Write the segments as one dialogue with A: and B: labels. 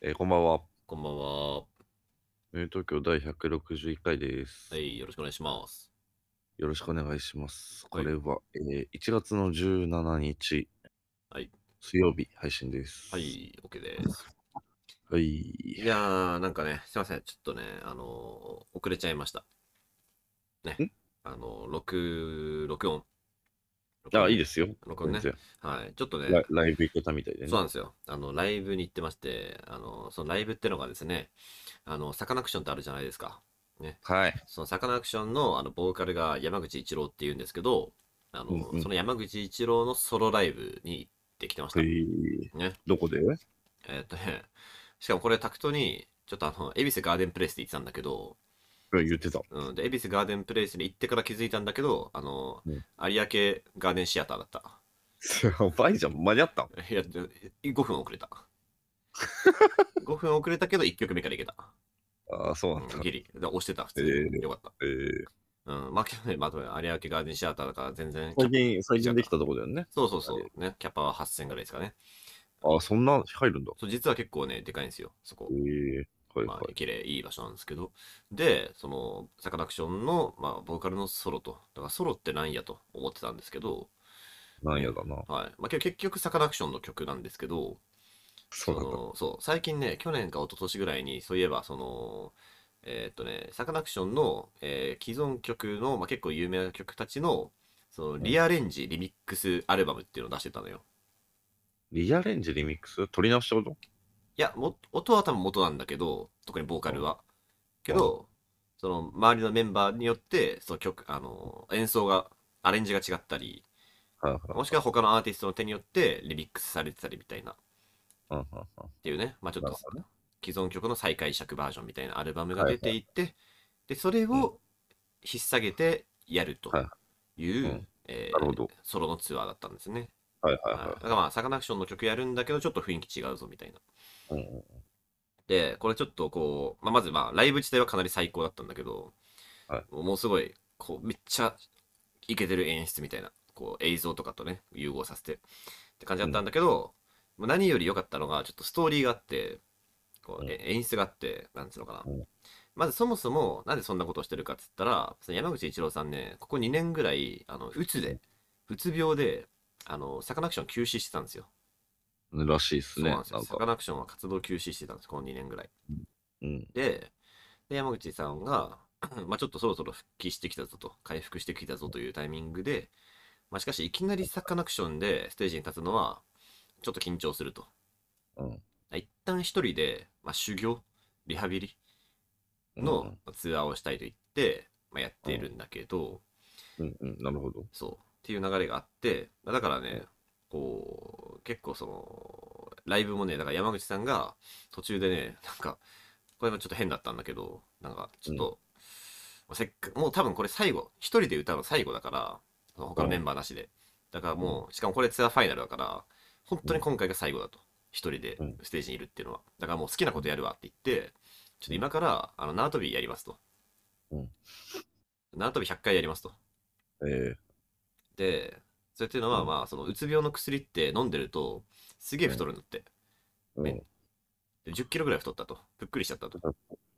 A: えーこんばんは。
B: こんばんは。は
A: えー東京第161回です、
B: い、よろしくお願いします。
A: よろしくお願いします。こ
B: はい
A: れは、えー1月の17日、
B: はい
A: 水曜日配信です。
B: は。い、OK です。
A: はい。
B: いやー、なんかね、すいません、ちょっとね、あのー遅れちゃいました。ね
A: ん、
B: あのー、録、録音。。
A: あ、いいですすよ。
B: 録音ね
A: 全然
B: はい、ちょっとね、
A: ラライブ行けたみたいでね。
B: そうなんですよ。あの、ライブに行ってまして、あの、そのライブってのがですね、あの、サカナクションってあるじゃないですか。
A: はい。
B: そのサカナクションの、あの、ボーカルが山口一郎っていうんですけど、あの、
A: うんうん
B: その山口一郎のソロライブに行ってきてました。
A: はい。
B: ね。
A: どこで
B: えーっと ね、しかもこれタクトに、ちょっとあの、恵比寿ガーデンプレイスって言ってたんだけど、
A: 言ってた。
B: うん、で、恵比寿ガーデンプレイスに行ってから気づいたんだけど、あの、
A: うん
B: 有明ガーデンシアターだった。
A: やばいじゃん。間に合った。
B: いや、で5分遅 れた。5分遅れたけど、1曲目からいけた。
A: ああ、そうなんだ
B: うん、。ギリ。で押してた、普通
A: え
B: に。よかっ
A: えー
B: た。うん、まあ、けどね、まあ、有明ガーデンシアターだから全然、
A: 最近、最近できたとこだよね。
B: そうそうそう、ね、キャパは8000ぐらいですかね。
A: ああ、そんな入るんだ。
B: そう、実は結構ね、でかいんですよ、そこ
A: え。えはい
B: ま
A: は
B: あ、綺麗いい場所なんですけど、で、その、サカナクションの、まあ、ボーカルのソロと、だからソロってなんやと思ってたんですけど、
A: い。なんやだな。
B: はい。まあ、けど結局サカナクションの曲なんですけど、
A: そうなんだ。
B: のそう、最近ね、去年か一昨年ぐらいに、そういえば、その、えーっとね、サカナクションの、えー既存曲の、まあ、結構有名な曲たちの、その、リアレンジ、リミックスアルバムっていうのを出してたのよ。
A: リアレンジリミックス取り直しってこと
B: いや、も、音は多分元なんだけど、特にボーカルは。けど、その周りのメンバーによって、その曲、あの、演奏が、アレンジが違ったり、
A: はいはい。
B: もしくは他のアーティストの手によってリミックスされてたりみたいな、っ
A: うんうんうん
B: ていうね、まあちょっ
A: なる
B: と
A: ほどね
B: 既存曲の再解釈バージョンみたいなアルバムが出ていって、で、それを引っ提げてやると
A: は
B: いう、
A: うん
B: えー
A: なるほど
B: ソロのツアーだったんですね。
A: はいはい
B: はい
A: は
B: だからまあ、サカナクションの曲やるんだけど、ちょっと雰囲気違うぞみたいな。
A: い。うんうん
B: で、これちょっとこう、まあ、まずまあ、ライブ自体はかなり最高だったんだけど、
A: は
B: もうすごい、こう、めっちゃイケてる演出みたいな、こう、映像とかとね、融合させてって感じだったんだけど、もう何より良かったのが、ちょっとストーリーがあって、こう、
A: うん
B: え演出があって、なんつうのかな
A: うん。
B: まずそもそも、なんでそんなことをしてるかっつったら、その山口一郎さんね、ここ2年ぐらい、あの、うつで、うつ病で、あの、サカナクション休止してたんですよ。
A: ねらしいです
B: そう
A: ね。
B: な
A: なんん
B: ですよ。サ
A: か
B: カ。ナクションは活動休止してたんです、この2年ぐらい。
A: うん。
B: で、で山口さんが、 まあ、ちょっとそろそろ復帰してきたぞと、回復してきたぞというタイミングで、まあ、しかし、いきなりサカナクションでステージに立つのは、ちょっと緊張すると。
A: うん
B: 一旦一人で、まあ、修行、リハビリの
A: うん
B: ツアーをしたいと言って、まあ、やっているんだけど、
A: うんうん、なるほど。
B: そう、っていう流れがあって、まあだからね、こう、結構その、ライブもね、だから山口さんが途中でね、なんか、これもちょっと変だったんだけど、なんか、ちょっと、せっかもう多分これ最後、一人で歌うの最後だから、その他のメンバーなしで。だからもう、しかもこれツアーファイナルだから、本当に今回が最後だと。一人で
A: うん
B: ステージにいるっていうのは。だからもう好きなことやるわって言って、ちょっと今から、あの、縄跳びやりますと。
A: うん
B: 縄跳び100回やりますと。
A: え
B: でそれっていうのは、
A: うん
B: まあそのうつ病の薬って飲んでるとすげえ太るんだって、
A: えうん
B: ね。で1 0キロぐらい太ったとぷっくりしちゃったと
A: 撮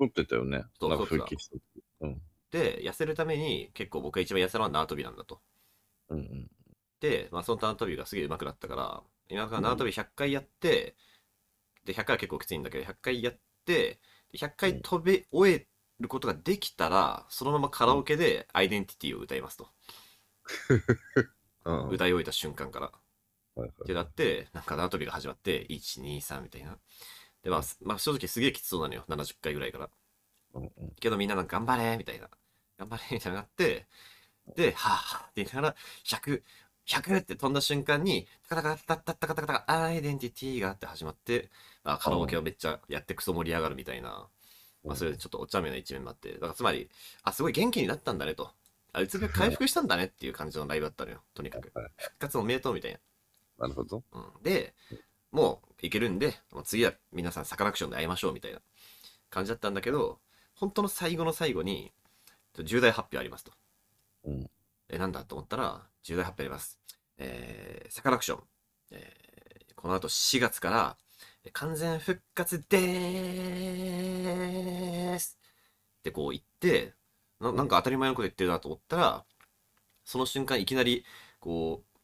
A: ってたよね。
B: そう
A: なんか
B: 撮ってた
A: 復帰してうん。
B: で痩せるために結構僕が一番痩せたのは縄跳びなんだと
A: うんうん。
B: で、まあ、その縄跳びがすげえ上手くなったから今から縄跳び100回やって、で100回は結構きついんだけど100回やってで100回飛び終えることができたらそのままカラオケで「アイデンティティ」を歌いますと、
A: うん。はい
B: 歌い終えた瞬間から
A: はい
B: ってなって、なんか縄跳びが始まって、1、2、3みたいな。で、まあ、すまあ、正直すげえきつそうなのよ、70回ぐらいから。
A: うんうん
B: けどみんななんか頑張れみたいな。頑張れみたいなのがあって、で、はぁはぁって言いながら、100、100って飛んだ瞬間に、タカタカタタタカタカタカ、アイデンティティがあって始まって、まあ、カラオケをめっちゃやってクソ盛り上がるみたいな。まあ、それでちょっとお茶目な一面もあって、だからつまり、あ、すごい元気になったんだねと。あ、うつ病回復したんだねっていう感じのライブだったのよ、とにかく。
A: はい
B: 復活おめでとうみたいな。
A: なるほど。
B: うん、で、もう行けるんで、もう次は皆さんサカナクションで会いましょうみたいな感じだったんだけど、本当の最後の最後に、ちょっと重大発表ありますと。
A: うん
B: え、なんだと思ったら、重大発表あります。えーサカナクション。えーこの後4月から、完全復活でーすってこう言ってな、なんか当たり前のこと言ってるなと思ったら、その瞬間いきなり、こう、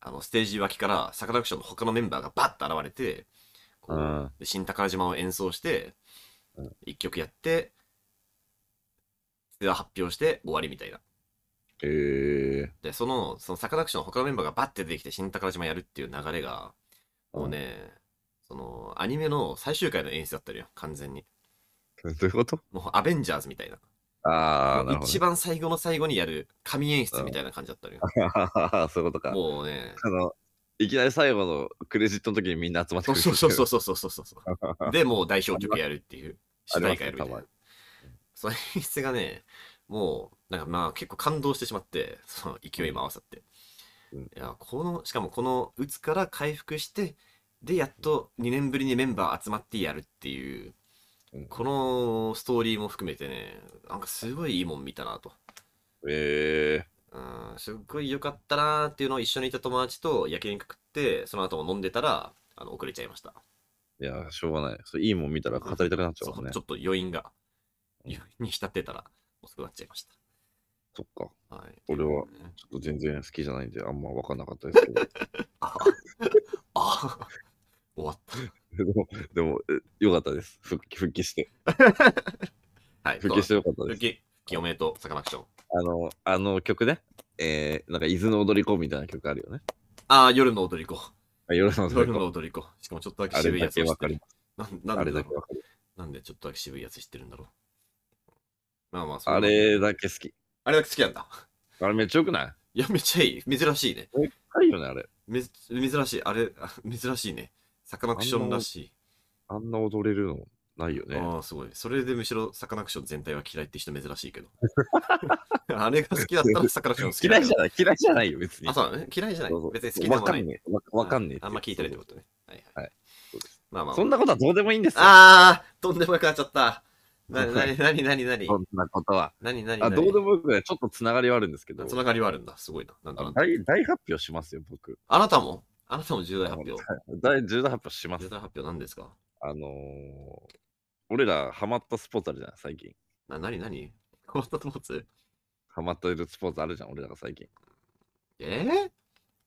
B: あの、ステージ脇からサカナクションの他のメンバーがバッと現れて、こ
A: う
B: う、
A: ん。
B: で新宝島を演奏して
A: うん、
B: 一曲やって、で発表して終わりみたいな。
A: えー。
B: で、その、そのサカナクションの他のメンバーがバッて出てきて新宝島やるっていう流れが、もうね、その、アニメの最終回の演出だったのよ、完全に。
A: どういうこと
B: もうアベンジャーズみたいな。
A: ああ、なるほど
B: 一
A: ね。
B: 番最後の最後にやる神演出みたいな感じだったのよ。
A: あー そういうことか。
B: もうね、
A: あの、いきなり最後のクレジットの時にみんな集まって
B: そ
A: く
B: う
A: る。
B: そうそうそうそうそうそ うそう。で、もう代表曲やるっていう、主
A: ありま
B: 題
A: す
B: 歌
A: ね
B: やるみたい
A: たま
B: な
A: に。
B: その演出がね、もう、なんかまあ結構感動してしまって、その勢いも合わさって。
A: うん
B: いや、この、しかもこの鬱から回復して、で、やっと2年ぶりにメンバー集まってやるっていう、
A: うん
B: このストーリーも含めてね、なんかすごいいいもん見たなと。
A: え
B: うん、すっごい良かったなーっていうのを一緒にいた友達と焼肉食って、その後も飲んでたら、あの、遅れちゃいました。
A: ー。いや、しょうがない。それいいもん見たら語りたくなっちゃ
B: そう
A: もん
B: う、
A: ね
B: ち。ょっと余韻が、
A: うん
B: 余韻に浸ってたら遅くなっちゃいまし
A: そっか。
B: た。はい。
A: 俺はちょっと全然好きじゃないんで、あんま分かんなかったですけど。
B: ああ終わっ
A: でも、でもえよかったです。復帰、復帰して。
B: た。はい。
A: 復帰して
B: そう
A: よかったで
B: 復
A: す。
B: 帰、復帰おめでとう、サカナクション。
A: あの、あの曲ね。えー、なんか、伊豆の踊り子みたいな曲あるよね。
B: ああ、夜の踊り子。
A: あ夜の踊
B: 夜
A: り
B: の
A: 子。
B: 踊り子。しかもちょっとだけ
A: あ
B: 渋
A: れ
B: いや
A: だ
B: つ
A: け
B: を知
A: わ
B: っ
A: か
B: て
A: り
B: る。
A: ます。
B: なんなん
A: あ
B: で
A: れ
B: だ
A: だけ
B: ろ
A: わかります。
B: うなんでちょっとだけ渋いやつ知ってるんだろう。まあまあ、そんな
A: あれだけ好き。
B: あれだけ好きなんだ。
A: あれめっちゃよくない
B: いや、めっちゃいい。珍しいね。
A: あいよね、あれ。
B: め珍しい。あれ、あ珍しいね。サカナクションらしい。
A: あんな踊れるのないよね。
B: ああ、すごい。それでむしろサカナクション全体は嫌いって人珍しい けど。あれが好きだったらサカナクション好き
A: 嫌
B: だ
A: い
B: け
A: じゃ
B: ど
A: ない、嫌いじゃないよ、別に。
B: あ、そうだね。嫌いじゃない
A: そうそう。
B: 別に好きでも
A: わか
B: ない
A: ん。ねえ。わわかんねえって。
B: あんま聞いてないってことね。はいは
A: は
B: い。
A: いそうです
B: まあまあ。
A: そんなことはどうでもいいんですよ。
B: ああ、とんでもなくなっちゃった。な、
A: は
B: ないになになになに
A: そんなことは。
B: なになに
A: あどうでもよくない。ちょっとつながりはあるんですけど。
B: つながりはあるんだ。すごいな。なんだなんだ。
A: 大大発表しますよ、僕。
B: あなたもあなたも重大発表。
A: 大重大発表します
B: 重。大発表なんですか
A: あのー、俺らハマったスポーツあるじゃん、最近。
B: な、なになに終わったと思つ
A: ハマってるスポーツあるじゃん、俺らが最近。
B: えー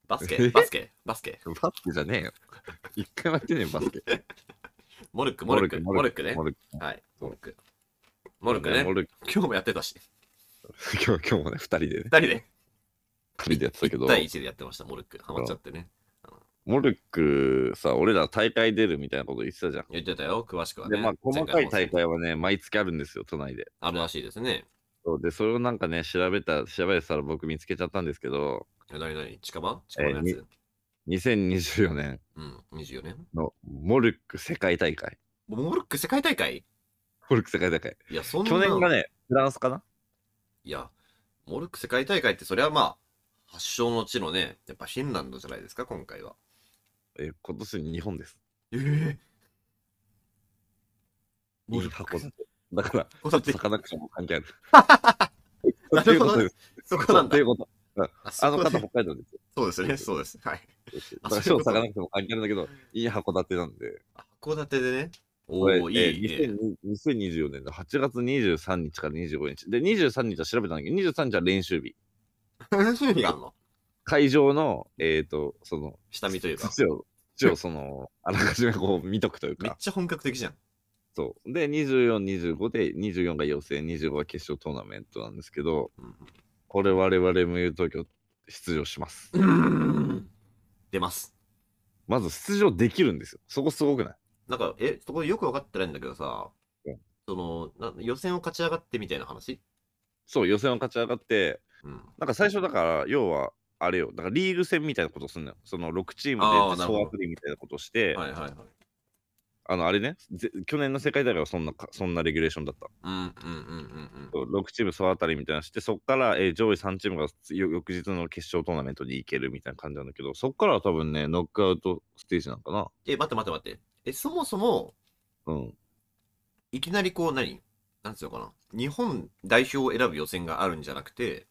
B: バスケ
A: え
B: バスケバスケ
A: バスケじゃねえよ。 一回もやってねえよ、バスケ。
B: モルック、モルック、モルックね
A: モ。ルック。
B: はい、
A: そう
B: モルック。モルックね
A: モ。ルッ
B: 今日もやってたし、
A: ク。 今日今日もね、二人でね、
B: 二人で。
A: 二人でやってたけど
B: 1、対1でやってました、モルック。ハマっちゃってね。
A: モルックさ、俺ら大会出るみたいなこと言ってたじゃん。
B: 言ってたよ、詳しくはね。
A: で、まあ、細かい大
B: 前回の放送
A: 会はね、毎月あるんですよ、都内で。
B: あるらしいですね。
A: そうで、それをなんかね、調べた、調べてたら僕見つけちゃったんですけど、
B: えなになに近場近場のや
A: え
B: つ。
A: 2024年
B: うん、24年。
A: のモルック世界大会。
B: モルック世界大会
A: モルック世界大会。
B: いや、そんな。
A: 去年がね、フランスかない
B: や、モルック世界大会って、それはまあ、発祥の地のね、やっぱフィンランドじゃないですか、今回は。
A: えー今年日本です。
B: ええ
A: い
B: モ
A: い
B: ルッ
A: 箱
B: ク
A: だ。だから、
B: 函館
A: サカナクションも関係ある。
B: なるほどね
A: す。
B: そこなん
A: と
B: だ
A: いう。こと。
B: あそ
A: あの
B: こ
A: 方、
B: で
A: 北海道ですよ。
B: そうですね、そうです。はい。
A: だ
B: あ
A: から、
B: そういうこと
A: サカナクションも関係あるんだけど、いい函館なんで。
B: 函館でね。お
A: これ
B: お、
A: えー
B: いいね。
A: 2020 2024年の8月23日から25日。で、23日は調べたんだけど、23日は練習日。
B: 楽しみがあるの
A: 会場の、えっ、と、その、
B: 下見というか。
A: 土を、土をその、あらかじめこう見とくという
B: めっ
A: か。
B: ちゃ本格的じゃん。
A: そう。で、24、25で、24が予選、25が決勝トーナメントなんですけど、これ我々無友東京出場します。
B: うん。出ます。
A: まず出場できるんですよ。そこすごくない
B: なんか、え、そこよく分かってないんだけどさ
A: うん、
B: そのな予選を勝ち上がってみたいな話
A: そう、予選を勝ち上がって、
B: うん。
A: なんか最初だから、要は、あれよ、だからリーグ戦みたいなことすんのよ。その6チー
B: あ
A: ム
B: ー
A: で
B: なるほ
A: 総
B: ど
A: 当たりみたいなことして、
B: はいはいはい。
A: あの、あれね、ぜ去年の世界大会はそんなか、そんなレギュレーションだった。
B: うんうんうんうん
A: そう6チーム総当たりみたいなのして、そこから、えー上位3チームがつよ翌日の決勝トーナメントに行けるみたいな感じなんだけど、そこからは多分ね、ノックアウトステージなんかな。
B: え、待って待って待って。え、そもそも、
A: うん。
B: いきなりこう何、なんつうのかな。日本代表を選ぶ予選があるんじゃなくて、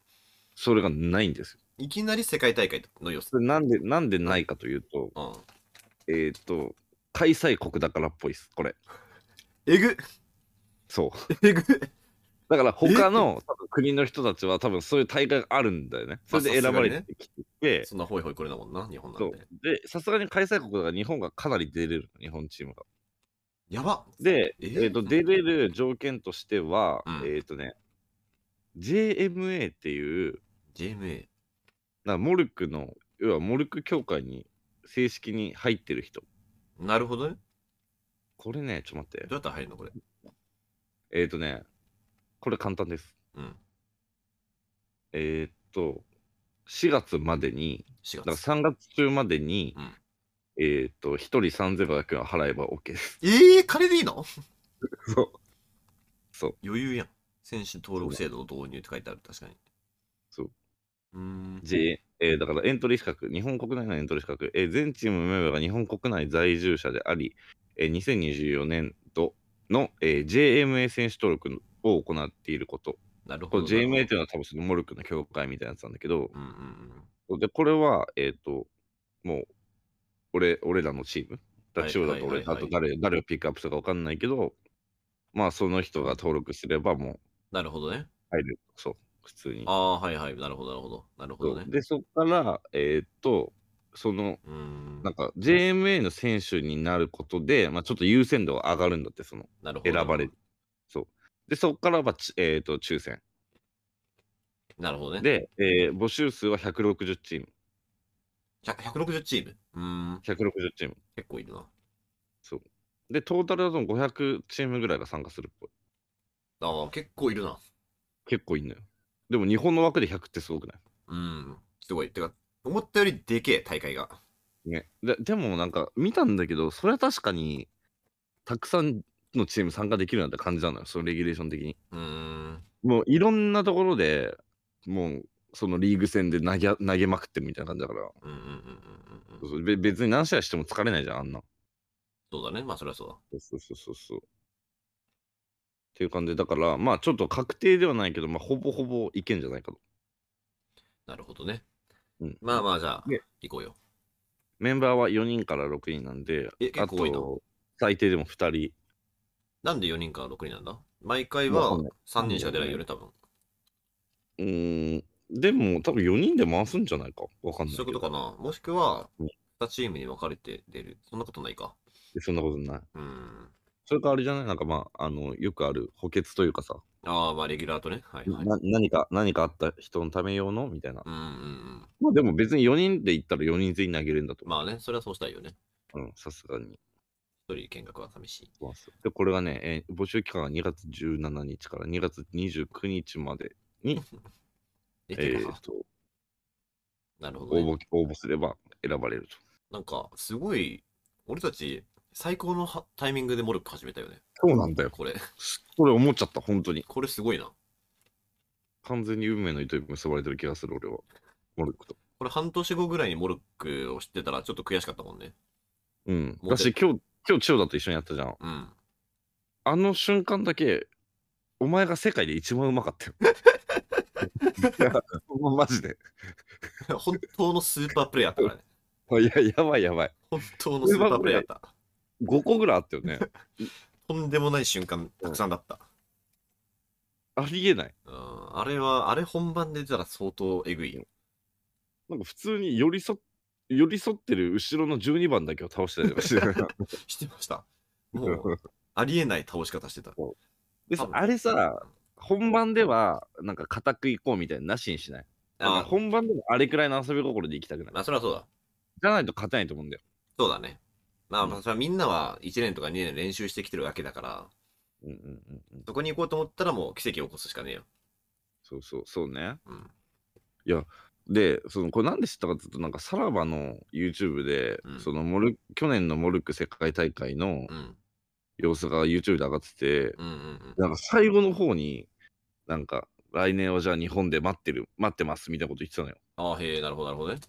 A: それがないんですよ。
B: いきなり世界大会の予
A: そ
B: 選。
A: れなんで、なんでないかというと、
B: うん。
A: えーっ、と、開催国だからっぽいですこれ
B: えぐ
A: そう
B: えぐ
A: だから他の多分国の人たちは多分そういう大会があるんだよねそれで選ばれてきてて、
B: そんなホイホイこれだもんな、日本な
A: そ
B: ん
A: う
B: て。
A: でさすがに開催国だから日本がかなり出れる日本チームが
B: やば
A: で、え
B: えー
A: ーと出れる条件としては、
B: うん
A: えっ、とね JMA っていう
B: !JMA。
A: なモルクの要はモルク協会に正式に入ってる人
B: なるほどね。
A: これねちょっと待って
B: どうやったら入るのこれ。
A: えっ、とねこれ簡単です
B: うん。
A: えっ、と4月までに
B: 4
A: だから
B: 月。
A: 3月中までに、
B: うん
A: えっ、と1人3500円を払えば OK です
B: ええー、金でいいの
A: そうそう
B: 余裕やん。選手登録制度の導入って書いてある、確かに。
A: そう。
B: うーん。
A: J えーだからエントリー資格、日本国内のエントリー資格、えー全チームメンバーが日本国内在住者であり、えー2024年度の、えー JMA 選手登録を行っていること。
B: なる
A: こ
B: ほ
A: の
B: ど。
A: JMA っていうのは多分そのモルクの協会みたいなやつなんだけど、
B: うんうんうん。
A: で、これは、えっ、と、もう、俺、俺らのチーム。だ
B: はい
A: 千代田と
B: はい
A: 俺、
B: はい
A: あと誰、誰をピックアップするか分かんないけど、まあ、その人が登録すればも
B: なるほどね。
A: う入る。そう、普通に。
B: ああ、はいはい。なるほど、なるほど。なるほ
A: そ
B: ど
A: う
B: ね。
A: で、そこから、えっ、と、その、
B: うーん。
A: なんか JMA の選手になることで、まあ、ちょっと優先度が上がるんだって、その
B: なるほど。
A: 選ばれる。そう。で、そこからは、ちえっ、と、抽選。
B: なるほどね。
A: で、えー募集数は160チーム。
B: 100 160チーム。うーん。
A: 160チーム。
B: 結構いるな。
A: で、トータルだと500チームぐらいが参加するっぽい。
B: ああ、結構いるな。
A: 結構いんのよ。でも、日本の枠で100ってすごくない
B: うん。すごい。てか、思ったよりでけえ、大会が。
A: ね。ででも、なんか、見たんだけど、それは確かに、たくさんのチーム参加できるなんて感じなのよ、そのレギュレーション的に。
B: うーん。
A: もういろんなところでもうそのリーグ戦で投げ投げまくってるみたいな感じだから
B: うんうんうんうんうんうん。
A: そうべ別に何試合しても疲れないじゃんあんな
B: そうだね。まあ、それはそうだ。
A: そうそうそうそうっていう感じでだからまあちょっと確定ではないけど、まあ、ほぼほぼいけんじゃないかと、
B: なるほどね。
A: うん、
B: まあまあ、じゃあ
A: ね、
B: 行こうよ。
A: メンバーは4人から6人なんで
B: え結
A: あ
B: 構多いな
A: と最低でも2人
B: なんで4人から6人なんだ毎回
A: わか
B: は
A: んない
B: 3人しか出ないよね、多分。
A: うーんでも多分4人で回すんじゃないかわかんない
B: そ
A: け
B: うい
A: ど
B: うことかな。もしくは
A: うん、
B: 2チームに分かれて出る。そんなことないか。
A: えそんなことない
B: うん。
A: それかあれじゃないなんかまああのよくある補欠というかさ、
B: ああ、まあ、レギュラーとね。はいはい。
A: な何か何かあった人のため用のみたいな
B: うんうんうん。
A: まあでも別に4人で行ったら4人全員投げれるんだと思
B: まあね、それはそうしたいよね。
A: う。うん、さすがに。
B: 1人見学は寂しい。
A: そうなんですよで、これがね、えー募集期間が2月17日から2月29日まで、
B: え、
A: え
B: て
A: ー
B: か
A: と
B: なるほどね、
A: 応募応募すれば選ばれると。
B: なんか、すごい、俺たち、最高のはタイミングでモルック始めたよね。
A: そうなんだよ。
B: これ、
A: これ思っちゃった、本当に。
B: これすごいな。
A: 完全に運命の糸に結ばれてる気がする、俺は。モルックと。
B: これ半年後ぐらいにモルックを知ってたらちょっと悔しかったもんね。
A: うん。
B: モテ
A: だし、今日、今日、千代田と一緒にやったじゃん。
B: うん。
A: あの瞬間だけ、お前が世界で一番うまかったよ。い や、もうマジで。
B: 本当のスーパープレイヤーだったからね。
A: いや、やばいやばい。
B: 本当のスーパープレイヤーだった。
A: 5個ぐらいあったよね。
B: とんでもない瞬間たくさんだった。
A: ありえない。
B: うん、あれは、あれ本番で出たら相当えぐいよ。
A: なんか普通に寄り添っ寄り添ってる後ろの12番だけを倒してたりとかして た
B: してました。もう、 ありえない倒し方してた。
A: でさあれさ、本番ではなんか固くいこうみたいななしにしないなん
B: あ
A: か本番でもあれくらいの遊び心でいきたくない
B: まあ、それはそうだ。
A: じゃないと勝てないと思うんだよ、
B: そうだね。まあ、まあ、それはみんなは1年とか2年練習してきてるわけだから、
A: うんうんうんうん、
B: そこに行こうと思ったらもう奇跡を起こすしかねえよ。
A: そうそうそうね
B: うん。
A: でそのこれなんで知ったかっていうとなんかさらばの YouTube で、
B: うん
A: そのモル去年のモルック世界大会の
B: うん。
A: 様子が YouTube で上がってて、
B: うんうんうん。
A: なんか最後の方に、なんか、来年はじゃあ日本で待ってる、待ってますみたいなこと言ってたのよ。
B: ああ、へえ、なるほど、なるほどね。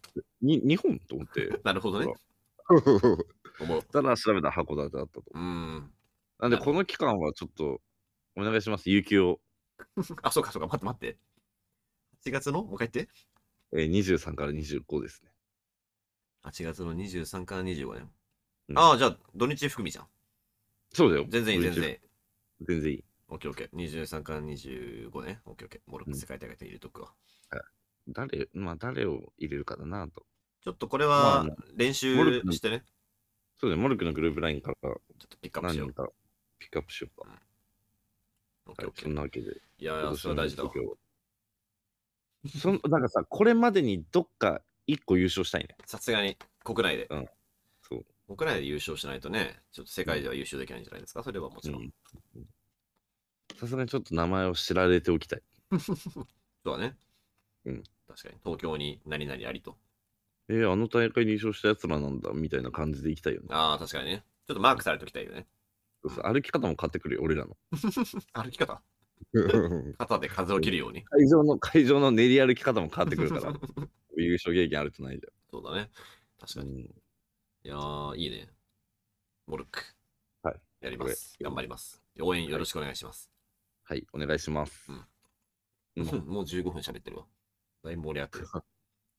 A: に日本と思 って。
B: なるほどね。思う。
A: ただ調べたら函館だったと。
B: うん。
A: なんで、この期間はちょっと、お願いします。有給を、
B: あ、そうかそうか、待って待って。8月のもう一回言って。
A: えー、23から25ですね。
B: 8月の23から25年。
A: うん
B: ああ、じゃあ、土日含みじゃん。
A: そうだよ。
B: 全然いい、全然いい。
A: 全然いい。
B: オッケーオッケー。23から25ね。オッケーオッケー。モロッコ世界大会で入れとくわ。
A: 誰、まあ誰を入れるかだなと。
B: ちょっとこれ
A: まあ
B: は
A: ね
B: 練習
A: モロッコの
B: してね。
A: そうだよ、モルクのグループラインから
B: ちょっとピックアップ
A: 何
B: しよ
A: 人
B: う。
A: かピックアップしようか。
B: オッ
A: は
B: ケ
A: い
B: ーオッ
A: そ
B: ケ
A: ん
B: ー。
A: なわけで。
B: いやいや、それは大事だわ。
A: そのなんかさ、これまでにどっか一個優勝したいね。
B: さすがに国内で。
A: そう。
B: 国内で優勝しないとね、ちょっと世界では優勝できないんじゃないですか。それはもちろん。
A: うんさすがにちょっと名前を知られておきたい。
B: そうだね。
A: うん。
B: 確かに。東京に何々ありと。
A: えーあの大会に優勝したやつらなんだみたいな感じでいきたいよね。
B: ああ、確かにね。ちょっとマークされておきたいよね。
A: そうそう歩き方も変わってくるよ、俺 らの。
B: 歩き方肩で風を切るように。
A: 会場の会場の練り歩き方も変わってくる から、優勝経験あるとないじ
B: そうだね。確
A: ゃ
B: か
A: ん。
B: に。
A: うん
B: いやー、いいね。モルック。
A: はい。
B: やります。頑張ります。応援よろしくお願いします。
A: はい、お願いします。
B: う
A: うんん
B: もう15分喋ってるわ。だいぶ盛り上がっ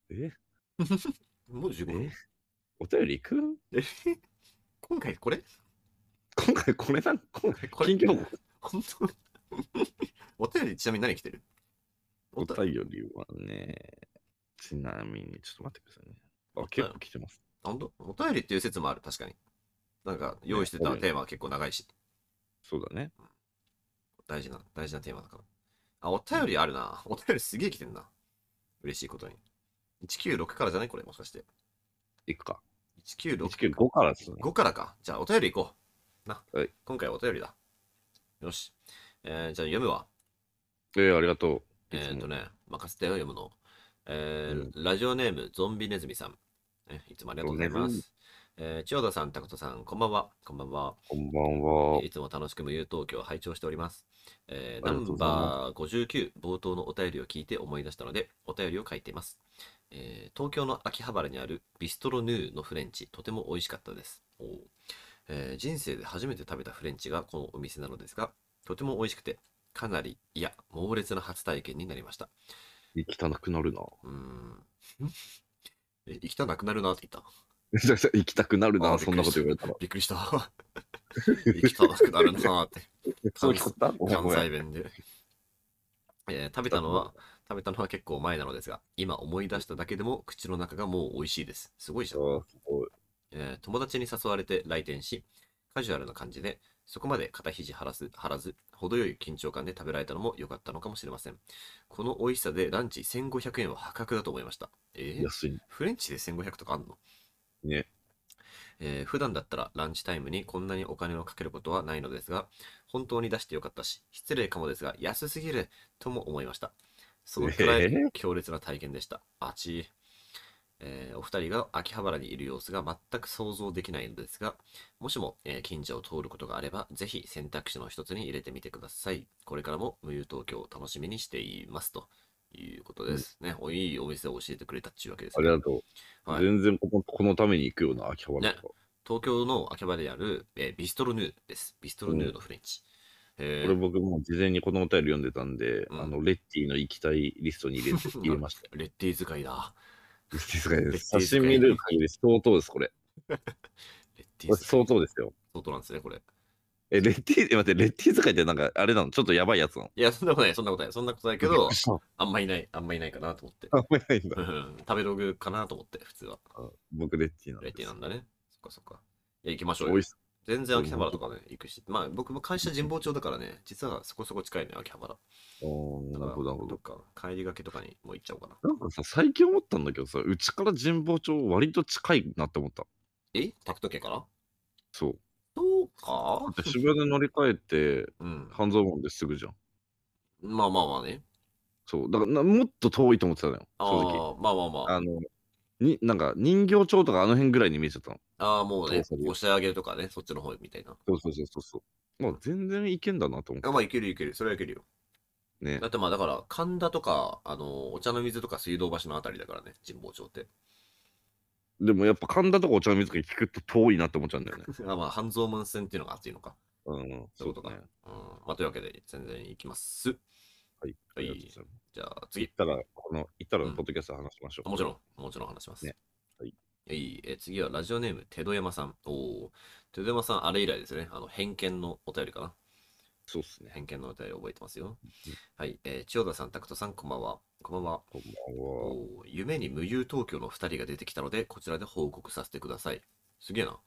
B: てる。
A: え
B: もう15分
A: え。お便り行く
B: え今回これ
A: 今回これなん今回
B: これ
A: 近況報告
B: 本当 お便りちなみに何来てる
A: お
B: 便り
A: 便りはね、ちなみに、ちょっと待ってくださいね。あ、結構来てます。
B: あ本当お便りっていう説もある、確かに。なんか用意してた
A: ね
B: テーマは結構長いし、
A: そうだね。
B: 大事な、大事なテーマだから。あ、お便りあるな。お便りすげえ来てんな。嬉しいことに。196からじゃないこれ、もしかして。
A: いくか。
B: 196。
A: 195からですね。
B: 5からか。じゃあ、お便り行こう。な。
A: はい
B: 今回はお便りだ。よし。えーじゃあ読むわ。
A: えー、ありがとう。いつ
B: え
A: も
B: ーっとね、任せてよ、読むの。えー
A: う
B: ラジオネーム、ゾンビネズミさん。えいつもありがとうございま
A: ゾンビネズミ
B: す。えー千代田さん、タクトさん、こんばんは。こんばんは。
A: こんばんは。
B: いつも楽しく無友東京を拝聴しております。えー
A: あ
B: ナ
A: りがとうご
B: ン
A: ざい
B: バー59、冒頭のお便りを聞いて思い出したので、お便りを書いています。えー東京の秋葉原にあるビストロヌーのフレンチ、とても美味しかったです。おーえー人生で初めて食べたフレンチがこのお店なのですが、とても美味しくて、かなり、いや、猛烈な初体験になりました。
A: 行きたなくなるな。
B: うーん。え、行きたなくなるなって言っ
A: 行きたくなる
B: あ
A: な、
B: ー
A: そんなこと言われたら
B: た。。びっく りした。行きたなくなるなって。
A: そう聞こえたごめん
B: 関
A: ごめん
B: 西弁で。えー食べたのは、食べたのは結構前なのですが、今思い出しただけでも口の中がもう美味しいです。すごいじゃん。
A: あーすごい
B: えー友達に誘われて来店し、カジュアルな感じで、そこまで肩肘張らず、張らず、程よい緊張感で食べられたのも良かったのかもしれません。この美味しさでランチ1500円は破格だと思いました。えー
A: 安い。
B: フレンチで1500とかあんの
A: ね。
B: えー普段だったらランチタイムにこんなにお金をかけることはないのですが、本当に出してよかったし、失礼かもですが、安すぎるとも思いました。そのくら
A: え
B: い
A: ー
B: 強烈な体験でした。あちーえーお二人が秋葉原にいる様子が全く想像できないのですが、もしも、えー近所を通ることがあれば、ぜひ選択肢の一つに入れてみてください。これからも無友東京を楽しみにしていますということですね。おいいお店を教えてくれたっちゅうわけです
A: あ
B: ね、
A: りがとう。
B: はい
A: 全然このこのために行くような、秋葉原とか。
B: 東京の秋葉原にある、えービストロヌーです。ビストロヌーのフレンチ。え
A: これ
B: ー
A: 僕も事前にこのお便り読んでたんで、
B: うん
A: あのレッティの行きたいリストに 入れて入れました。
B: レッティ使いだ。
A: です 刺身ルー限り相当です、これ。
B: レッテ
A: こ
B: ィ
A: れ
B: 使い
A: 相。当ですよ。
B: 相当なんですね、これ。
A: え、レッティ、え待って、レッティ使いってなんか、あれなのちょっとやばいやつなの
B: いや、そんなことない、そんなこと ない、そんなことないけど、
A: あ
B: あんまいない、あんまいないかなと思って。
A: んまりないんだ
B: う。ん食べログかなと思って、普通は。
A: 僕、レッティなん
B: レ
A: で
B: ッティな
A: す。
B: んだね。そっかそっか。いや、行きましょう
A: 美
B: よ
A: 味。し
B: 全然秋葉原とかね、行くし。まあ、僕も会社神保町だからね、実はそこそこ近いね、秋葉原。
A: そう。なるほど、なるほ
B: ど
A: ど。
B: っか、帰りがけとかにもう行っちゃおうかな。
A: なんかさ、最近思ったんだけどさ、うちから神保町割と近いなって思った。
B: えタクト家から
A: そう。
B: そうか
A: だって渋谷で乗り換えて、
B: うん。
A: 半蔵門ですぐじゃん。
B: まあまあまあね。
A: そう。だからな、もっと遠いと思ってたのよ、
B: あ
A: 正直。
B: あーまあまあまあ。
A: あの、に、なんか、人形町とかあの辺ぐらいに見えちゃったの。
B: ああ、もうね、
A: そうそう
B: 押してあげるとかね、そっちの方みたいな。
A: そうそうそうそうそう。まあ、全然いけんだなと思って
B: あまあ、いけるいける、それはいけるよ。
A: ね
B: だ。ってまあ、だから、神田とか、あの、お茶の水とか水道橋のあたりだからね、神保 町って。
A: でもやっぱ神田とかお茶の水が聞くと遠いなって思っちゃうんだよね。
B: あまあ、半蔵門線っていうのが熱いのか。
A: うん、
B: そういうことか。
A: ね。
B: うん。まあ、というわけで、全然行きます。
A: はい。
B: はい
A: ありがとうございます
B: じゃあ、
A: 行っ
B: 次。
A: たら、この、行ったら、
B: うん
A: ポッドキャストで話しましょう。
B: もちろん、もちろん話します。
A: ねはい。
B: いいえ次はラジオネーム、手戸山さん。おお。手戸山さん、あれ以来ですね。あの、偏見のお便りかな。
A: そうっすね。
B: 偏見のお便り覚えてますよ。はい。えー千代田さん、拓人さん、こんばんは。こんばんは。
A: こん
B: お
A: ばんは。
B: おー夢に無憂東京の2人が出てきたので、こちらで報告させてください。すげえな。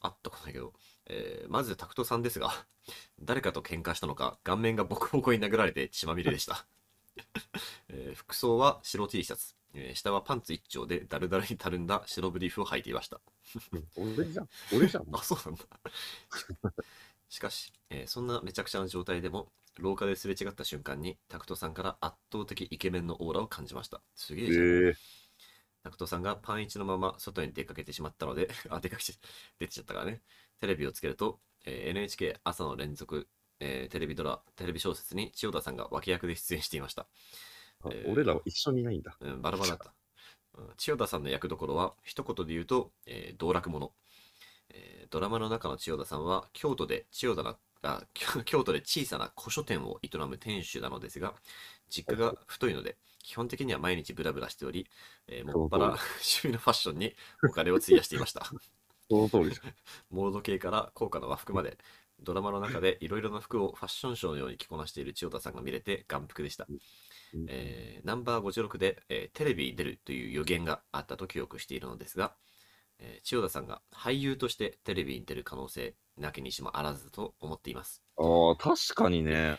B: あったことないけど。えーまず、タクトさんですが、誰かと喧嘩したのか、顔面がボコボコに殴られて血まみれでした。 えー服装は白 T シャツ、えー下はパンツ一丁でダルダルにたるんだ白ブリーフを履いていました。
A: 俺 じゃん。俺じゃん。
B: あ、そうなんだ。しかし、えーそんなめちゃくちゃな状態でも、廊下ですれ違った瞬間に、タクトさんから圧倒的イケメンのオーラを感じました。すげ
A: え
B: えじゃん。
A: ー、
B: タクトさんがパンイチのまま外に出かけてしまったので、 あ、出かけて、出てちゃったからね。テレビをつけると、えー NHK 朝の連続、えーテレビドラ、テレビ小説に千代田さんが脇役で出演していました。
A: あ
B: えー
A: 俺らは一緒にいないんだ。
B: うん、バラバラだった。うん千代田さんの役どころは、一言で言うと、えー道楽者、えードラマの中の千代田さんは、京都で千代田なあ 京京都で小さな古書店を営む店主なのですが、実家が太いので、基本的には毎日ブラブラしており、えーもっぱら
A: その
B: 趣味のファッションにお金を費やしていま した。
A: その通りじゃん。
B: モード系から高価な和服までドラマの中でいろいろな服をファッションショーのように着こなしている千代田さんが見れて眼福でした、えーナンバー56で、えーテレビに出るという予言があったと記憶しているのですが、えー千代田さんが俳優としてテレビに出る可能性なきにしもあらずと思っています
A: ああ、確かにね。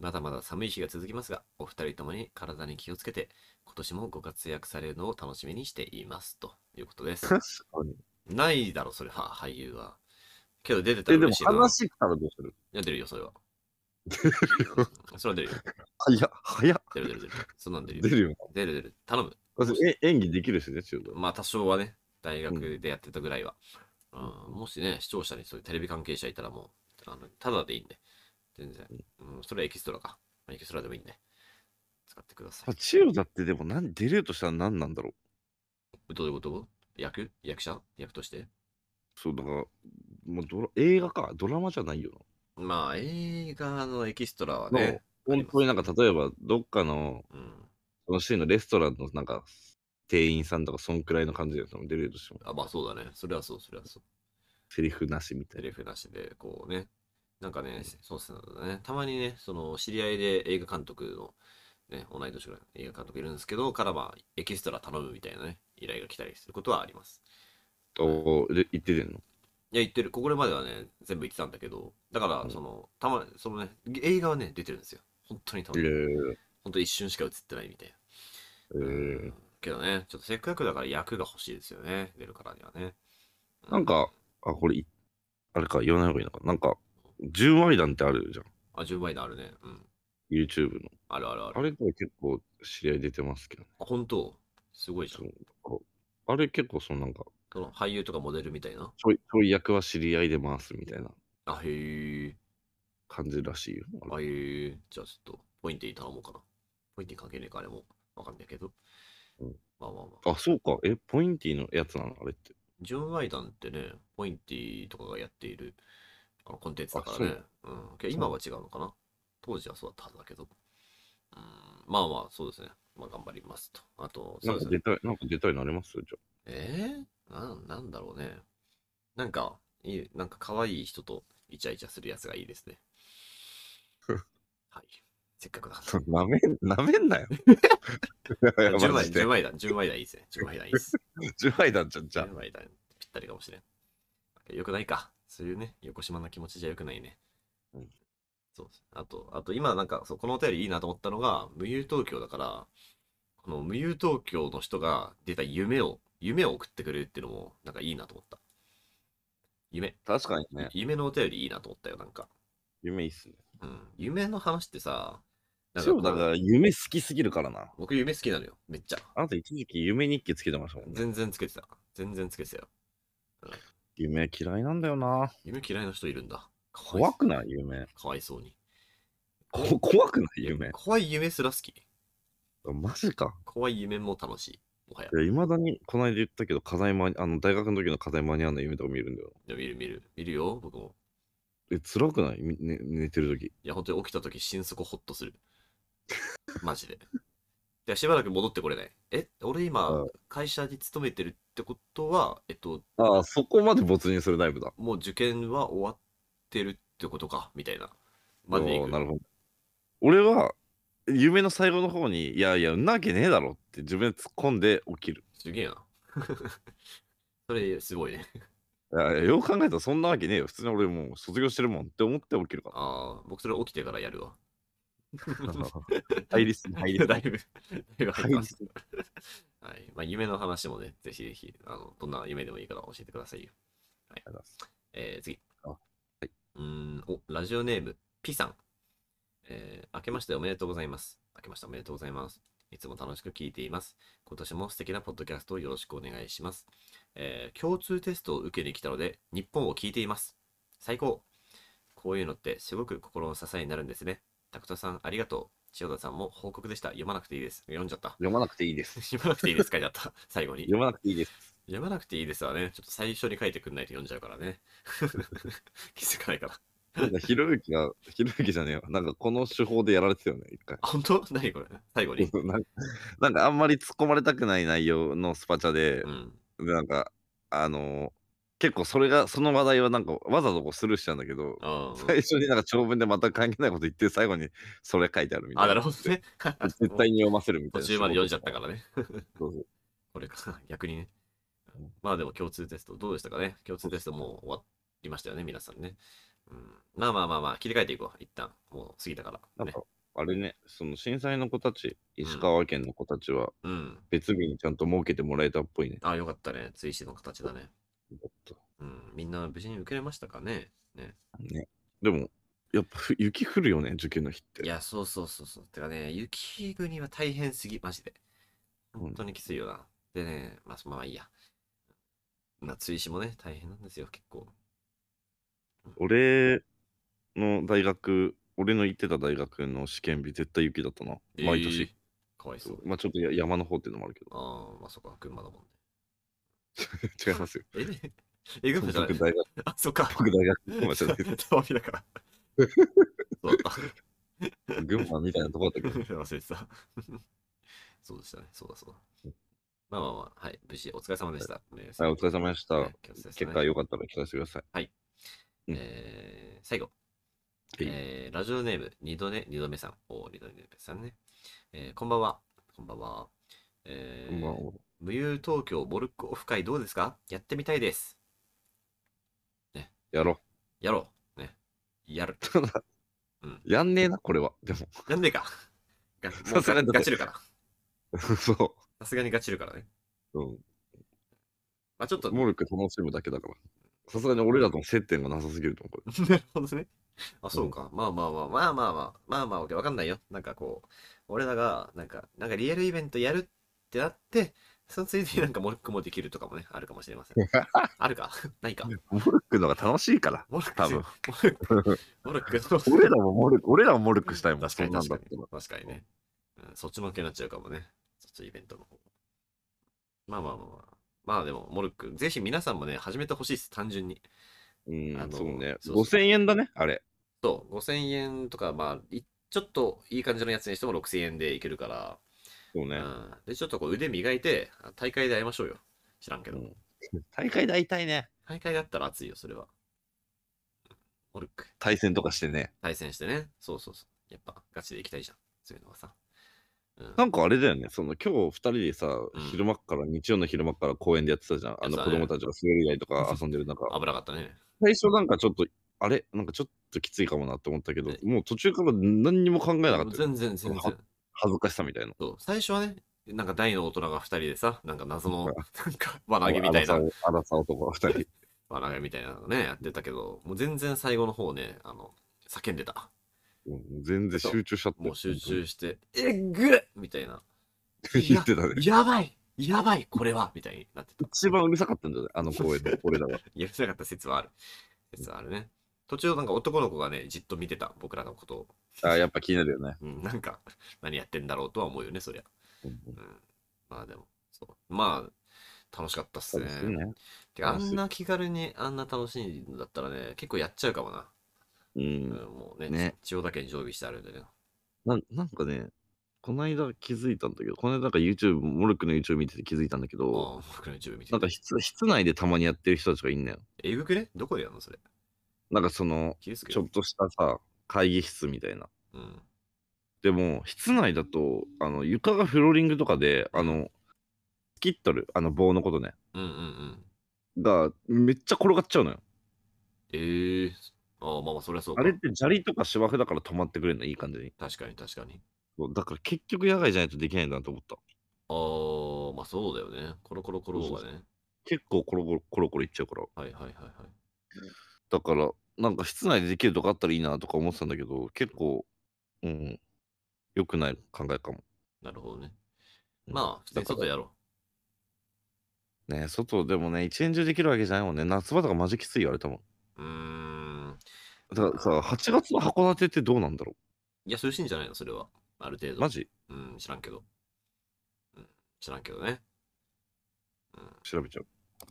B: まだまだ寒い日が続きますがお二人ともに体に気をつけて今年もご活躍されるのを楽しみにしていますということで す
A: 確かに。
B: ないだろそれは俳優はけど出てた
A: え、
B: ら
A: でも
B: 嬉しいな
A: 話来たらどうする
B: いや、出るよ、それは。 それは出るよ。
A: 早っ、早っ。
B: 出る出る出る。そんなん出る
A: 出
B: よ。
A: るよ。
B: 出る出る。頼む。
A: 私え演技できるしね、ちょうど。
B: まあ、多少はね、大学でやってたぐらいは。うん、もしね、視聴者にそういうテレビ関係者いたらもう、あのただでいいんで。全然。うん、それはエキストラか。エキストラでもいいんで。使ってくださ
A: あ
B: い。
A: 千代田ってでも何出れるとしたら何なんだろう
B: どういうこと役役者役として
A: そうだから、もうドラ映画か、ドラマじゃないよ
B: まあ、映画のエキストラは
A: な。
B: ね。
A: の本当になんか例えばどっかの
B: うん。
A: そのシーンのレストランのなんか店員さんとかそんくらいの感じで出れるとしても
B: あ、まあ、そうだね。それはそう、それはそう。
A: セリフなしみた
B: テ
A: いな。
B: レフなしで、こうね、なんかね、そうっすね、たまにね、その知り合いで映画監督の、ね、同い年ぐらいの映画監督いるんですけど、からまあ、エキストラ頼むみたいなね、依頼が来たりすることはあります。
A: おで言っててんの
B: いや、言ってる、ここまではね、全部言ってたんだけど、だから
A: う、ん
B: その、たま、そのね、映画はね、出てるんですよ。本当にたまに、
A: え
B: 本当一瞬しか映ってないみたいな。
A: え
B: うんけどね、ちょっとせっかくだから役が欲しいですよね、出るからにはね。う
A: なんか、あ、これい、あれか、言わない方がいいのか。なんか、純愛弾ってあるじゃん。
B: あ、10倍のあるね。うん。
A: YouTube の。
B: あるあるある。
A: あれとか結構知り合い出てますけどね。
B: あ本当すごいじゃん
A: そ。うこうあれ結構そのなんか、
B: その俳優とかモデルみたいな。
A: ちょいちょい役は知り合いで回すみたいな
B: あ、へえ。
A: 感じらしいよ。あれ
B: あ、へえ。じゃあちょっと、ポインテに頼もうかな。ポインテに関係ねえか、あれも。わかんないけど。
A: うん
B: まあまあまあ。
A: あ、そうか。え、ポインティのやつなのあれって。
B: ジョン・ワイダンってね、ポインティとかがやっているあのコンテンツだからね。うん。けど今は違うのかな。当時はそうだったはずだけど。うん。まあまあ、そうですね。まあ頑張りますと。あと、そ
A: な
B: うんで
A: か
B: す
A: 出。
B: ね
A: たい、なんか出たいなれますじ
B: えー、なん、なんだろうね。なんか、いい、なんか可愛い人とイチャイチャするやつがいいですね。はい。せっか くだ
A: ゃあ。なめん、なめんなよ。いや
B: 10
A: マ
B: 枚、
A: ジで
B: 10枚だ、10枚だいいですね。10枚だいいです。
A: 純愛弾じゃん、じゃあ
B: 10枚だ、ぴったりかもしれん。よくないか。そういうね、横島な気持ちじゃよくないね。
A: うん。
B: そうですあと、あと今なんか、そう、このお便りいいなと思ったのが、無憂東京だから、この無憂東京の人が出た夢を、夢を送ってくれるっていうのも、なんかいいなと思った。夢。
A: 確かにね。
B: 夢のお便りいいなと思ったよ、なんか。
A: 夢いいっすね。
B: うん。夢の話ってさ、なん
A: そう
B: こ
A: だ
B: う
A: から夢好きすぎるからな。
B: 僕夢好きなのよ、めっちゃ。
A: あなた一時期夢日記つけてましたもんね。
B: 全然つけてた。全然つけてたよ。
A: 夢嫌いなんだよな。
B: 夢嫌いな人いるんだ。かわい
A: 怖くない夢。
B: かわいそうに。
A: こ怖くない夢。
B: 怖い夢すら好き。
A: マジか。
B: 怖い夢も楽しい。もはや。
A: いまだに、この間言ったけど、課題間に、あの、大学の時の課題間に合わない夢とか見るんだよ
B: でも見る見る。見るよ、僕も。
A: な。え、辛くない、みね、寝てる時。
B: いや、本当に起きた時心底ホッとする。マジで。でしばらく戻ってこれない。え、俺今
A: う、
B: 会社に勤めてるってことは、えっと、
A: ああ、そこまで没入するタイプだ。
B: もう受験は終わってるってことか、みたいな。まで行
A: お
B: く
A: ーなるほど。俺は、夢の最後の方に、いやいや、んなわけねえだろって自分で突っ込んで起きる。
B: すげえな。 それ、すごいね。
A: いやいやよく考えたらそんなわけねえよ。普通に俺もう卒業してるもんって思って起きるか
B: ああ、僕それ起きてからや るわ。
A: ら。入りすぎ、入りす
B: だいぶ、だいぶ入ります
A: 入。
B: はい。まあ、夢の話もね、ぜひぜひ、あの、どんな夢でもいいから教えてくださいよ。
A: ありがとうございます
B: えー、次。
A: あはいう
B: ーん、お、ラジオネーム、P さん。えー、明けましておめでとうございます。明けましておめでとうございます。いつも楽しく聞いています。今年も素敵なポッドキャストをよろしくお願いします。えー、共通テストを受けに来たので、日本を聞いています。最高。こういうのってすごく心の支えになるんですね。タクトさん、ありがとう。千代田さんも報告でした。読まなくていいです。読んじゃった。
A: 読まなくていい です。
B: 読まなくていいですかやった。 最後に。
A: 読まなくていいです。
B: 読まなくていいですわね。ちょっと最初に書いてくんないと読んじゃうからね。 気づかな いから。
A: なんかひろゆきが、ひろゆきじゃねえわ。なんかこの手法でやられてたよね、一 回。
B: あ、本当 何これ最後に。
A: なんかなんかあんまり突っ込まれたくない内容のスパチャで
B: う、ん。
A: でなんか、あのー結構それが、その話題はなんかわざとこうスルーしちゃうんだけど、
B: あー
A: 最初になんか長文でまた関係ないこと言って、最後にそれ書いてあるみた
B: あ、
A: いな。
B: なるほどね。
A: 絶対に読ませるみたい
B: 途
A: な。
B: 中まで読んじゃったからね。
A: そうそう
B: これか。 逆にね
A: うん。
B: まあでも共通テストどうでしたかね共通テストもう終わりましたよね、皆さんね。うん、まあまあまあまあ、切り替えていこう。一旦、もう過ぎたから。
A: なん
B: ね
A: か、あれね、その震災の子たち、石川県の子たちは
B: うん。
A: 別日にちゃんと設けてもらえたっぽいね。
B: あ、よかったね。追試の形だね。
A: ちょっと
B: うん。みんな無事に受けれましたかねね。
A: ね、でも、やっぱふ雪降るよね、受験の日って。
B: いや、そうそうそうそう。てかね、雪国は大変すぎ、マジで。
A: うん
B: 本当にきついよな。でね、まあ、そまあいいや。まあ、追試もね、大変なんですよ、結構。
A: 俺の大学、俺の行ってた大学の試験日、絶対雪だったな。毎
B: え
A: 年。
B: ー。かわいそう。
A: まあちょっとや山の方っていうのもあるけど。
B: ああ、まあそっか、群馬だもんね。
A: 違いますよ。
B: ええ、群
A: 僕
B: 馬じゃない
A: 大学、
B: あ、そっか。
A: 僕大学、群馬じゃ ない です。
B: たまびだから。そう だっ。
A: 群馬みたいなとこだったたけど。
B: 忘れてた。 そうでしたね、そうだそうだ。まあまあまあ、はい、無事、お疲れ様でした。
A: はい、お疲れ様でした。
B: ね共通テストね
A: 結果よかったら聞かせてください。うん
B: えー最後、
A: い
B: えーラジオネーム、二度寝、二度目さん。おー二度寝さんね、えーこんばんは。こんばんは。えー
A: こんばんは
B: 無憂東京モルックオフ会どうですかやってみたいです。
A: やろ
B: やろう。ね。やる。
A: う。やんねえな、これは。でも、
B: やんねえか。がもう
A: さすが
B: ガ
A: にだって
B: ガチるから。
A: そ
B: さすがにガチるからね。
A: う。うん
B: まあちょっと、
A: モルック楽しむだけだから。さすがに俺らとの接点が なさすぎると思うこれ。
B: なるほどね。あ、そうか。まあまあまあまあまあまあまあまあわかんないよ。なんかこう、俺らが、なんか、なんかリアルイベントやるってなって、そのついでになんかモルックもできるとかもね、あるかもしれま せん。あるか ないか。
A: モルックの方が楽しい から。
B: モルック
A: 多
B: じゃ、
A: 分
B: モルック、モルック の、
A: 俺らもモルク、俺らもモルックしたいもん、
B: 確
A: そ
B: か
A: ん
B: に
A: なん
B: 確
A: だ
B: か
A: ったら
B: に。確かにね。うん、そっちのけになっちゃうかもね。そっちイベントの方。まあまあまあまあ。まあでも、モルック、ぜひ皆さんもね、始めてほしいです、単純に。
A: うん、
B: あの
A: そうね。
B: そうそう
A: 5000円だね、あれ。
B: そう、5000円とか、まあ、いちょっといい感じのやつにしても6000円でいけるから、
A: そうね。
B: うん、で、ちょっとこう腕磨いて、あ大会で会いましょうよ。知らんけど。
A: うん大会大体ね、
B: 大会だったら熱いよ、それは。モルック、
A: 対戦とかしてね。
B: 対戦してね。そうそうそう。やっぱ、ガチで行きたいじゃん。そういうのはさ。うん
A: なんかあれだよね、その今日2人でさ、
B: ん
A: 昼間っから、日曜の昼間っから公園でやってたじゃん。あの
B: やっ
A: 子
B: てたね
A: 供たちが滑り台とか遊んでる中、
B: 危なかったね。
A: 最初なんかちょっと、あれなんかちょっときついかもなって思ったけど
B: ね、
A: もう途中から何にも考えなかったよ。
B: 全然、全然。
A: 恥ずかしさみたいな。
B: そう、最初はね、なんか大の大人が2人でさ、なんか謎の、なんか輪投げみたいな
A: あ、のさ。あらさ男が2人。
B: 輪投げみたいなのね、やってたけど、もう全然最後の方ね、あの、叫んでた。
A: うん全然集中しちゃって。
B: もう集中して、えっぐっみたいな。
A: 言ってたね。
B: やばいやばいこれはみたいになってた。
A: 一番うるさかったんじゃないあの公園で、俺らが。
B: やりたかった説はある。説はあるね。途中なんか男の子がね、じっと見てた、僕らのことを。
A: あやっぱ気になるよね。
B: うん、なんか、何やってんだろうとは思うよね、そりゃ。
A: うん
B: うん。まあでも、そう。まあ、楽しかったっすね。
A: そうね
B: てかあ
A: 楽しい
B: んな気軽にあんな楽しいんだったらね、結構やっちゃうかもな。
A: う
B: う
A: ん、
B: んもうね
A: ね
B: 千代田県に常備してあるんでね。
A: なんなんかね、この間気づいたんだけど、この間なんか YouTube、モルックの YouTube 見てて気づいたんだけ
B: ああ、
A: ど、
B: モルックの YouTube 見て
A: なんか
B: る。
A: 室室内でたまにやってる人たちがいんのよ。
B: えぐくねどこでやるのそれ。
A: なんかその、
B: 気づく
A: ちょっとしたさ、会議室みたいな。
B: うん。
A: でも、室内だと、あの、床がフローリングとかで、あの、スキットル、あの棒のことね、
B: うんうんうん。
A: がめっちゃ転がっちゃうのよ。
B: ええああ、まあまあ、そりゃそうか
A: あれって砂利とか芝生だから止まってくれるの、いい感じに。
B: 確かに確かに。
A: そうだから結局野外じゃないとできないんだなと思った。
B: ああ、まあそうだよね。コロコロコロ
A: そう
B: が
A: そう
B: ね。
A: 結構コロコロコロコロいっちゃうから。
B: はいはいはいはい。
A: だから、なんか室内でできるとかあったらいいなとか思ってたんだけど、結構、うん、良くない考えかも。
B: なるほどね。
A: うん
B: まあ、普通に
A: だから
B: 外やろ
A: ね、外でもね、一年中できるわけじゃないもんね。夏場とかマジきついよ、あれ多分。
B: う。うーん。
A: だからさ、8月の函館ってどうなんだろ
B: いや、涼しいんじゃないのそれは。ある程
A: う
B: 度。
A: マジ
B: うん、知らんけど。うん、知らんけどね。うん、
A: 調べちゃう。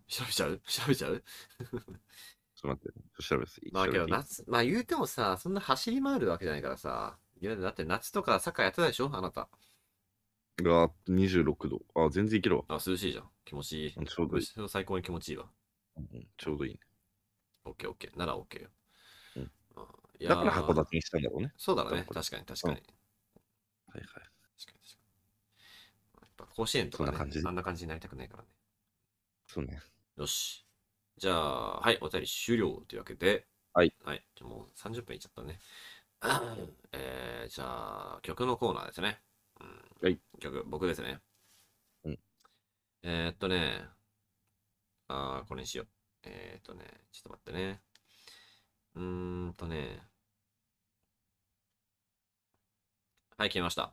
B: 調べちゃう 調べちゃう
A: ちょっと待って、調べます。
B: まあけど
A: 調べていい
B: 夏、まあ言うてもさ、そんな走り回るわけじゃないからさ。いや、だって夏とかサッカーやってたでしょあなた。
A: うわー26度。あ、全然いけるわ。
B: あ、涼しいじゃん。気持ちいい。
A: うんちょうどいい。
B: 最高に気持ちいいわ。
A: うんちょうどいいね。
B: オッケーオッケー。ならオッケーよ。
A: うん
B: あいや
A: だ
B: ー
A: から函館にしたんだろうね。
B: そうだろうね。
A: だから
B: 確かに確かに。
A: うんはいはい。
B: 確かに確かに。やっぱ甲子園とか、ね、
A: そんな感じ
B: あんな感じになりたくないからね。
A: そうね。
B: よし。じゃあ、はい、お便り終了というわけで、
A: はい。
B: はい、じゃあもう30分いっちゃったね。 えー、じゃあ、曲のコーナーですね。うん、
A: はい。
B: 曲、僕ですね。
A: うん。
B: えー、っとね、あー、これにしよう。えー、っとね、ちょっと待ってね。うーんとね。はい、消えました。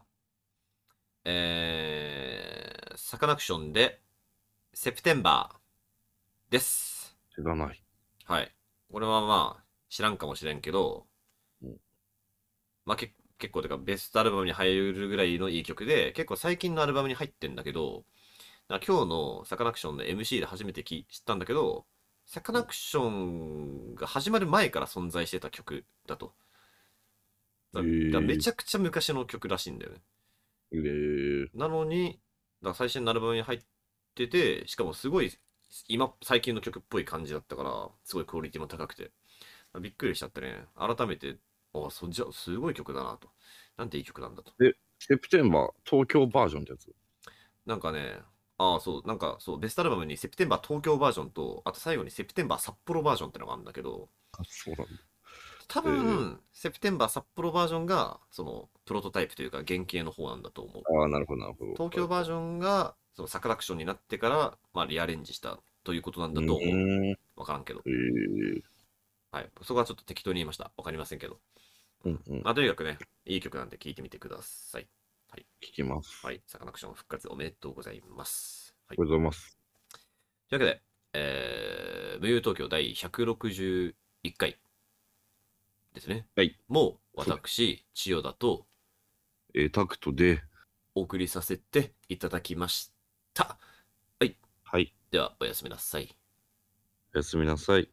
B: えー、サカナクションで、セプテンバーです。
A: 知らない。
B: はい。これはまあ、知らんかもしれんけど
A: うん、
B: まあけ結構、てかベストアルバムに入るぐらいのいい曲で、結構最近のアルバムに入ってんだけど、なんか今日のサカナクションの MC で初めてき知ったんだけど、サカナクションが始まる前から存在してた曲だと。だ
A: へー
B: だめちゃくちゃ昔の曲らしいんだよね。
A: えー、
B: なのに、だから最新のアルバムに入ってて、しかもすごい、今、最近の曲っぽい感じだったから、すごいクオリティも高くて、びっくりしちゃってね、改めて、あそじゃすごい曲だなと。なんていい曲なんだと。
A: セプテンバー、東京バージョンってやつ。
B: なんかね、ああ、そう、なんかそう、ベストアルバムにセプテンバー東京バージョンと、あと最後にセプテンバー札幌バージョンってのがあるんだけど、
A: あ、そうなんだ。
B: 多
A: へ
B: 分、セプテンバー札幌バージョンが、その、プロトタイプというか、原型の方なんだと思う。
A: ああ、なるほど、なるほど。
B: 東京バージョンがそのサカナクションになってから、まあ、リアレンジしたということなんだと
A: う
B: 思う。
A: ーん。え
B: わからんけど。
A: ー、
B: はい。そこはちょっと適当に言いました。わかりませんけど。
A: うんうん。
B: まあ、とにかくね、いい曲なんで聴いてみてください。
A: 聞きます。
B: はい。サカナクション復活おめでとうございます。はい。
A: お
B: と
A: はよ
B: いう
A: うございます。
B: わけで、えー、無憂東京第161回ですね。
A: はい。
B: もう、私、千代田と
A: えー、タクトで、
B: お送りさせていただきました。
A: はい、
B: では、おやすみなさい。
A: おやすみなさい。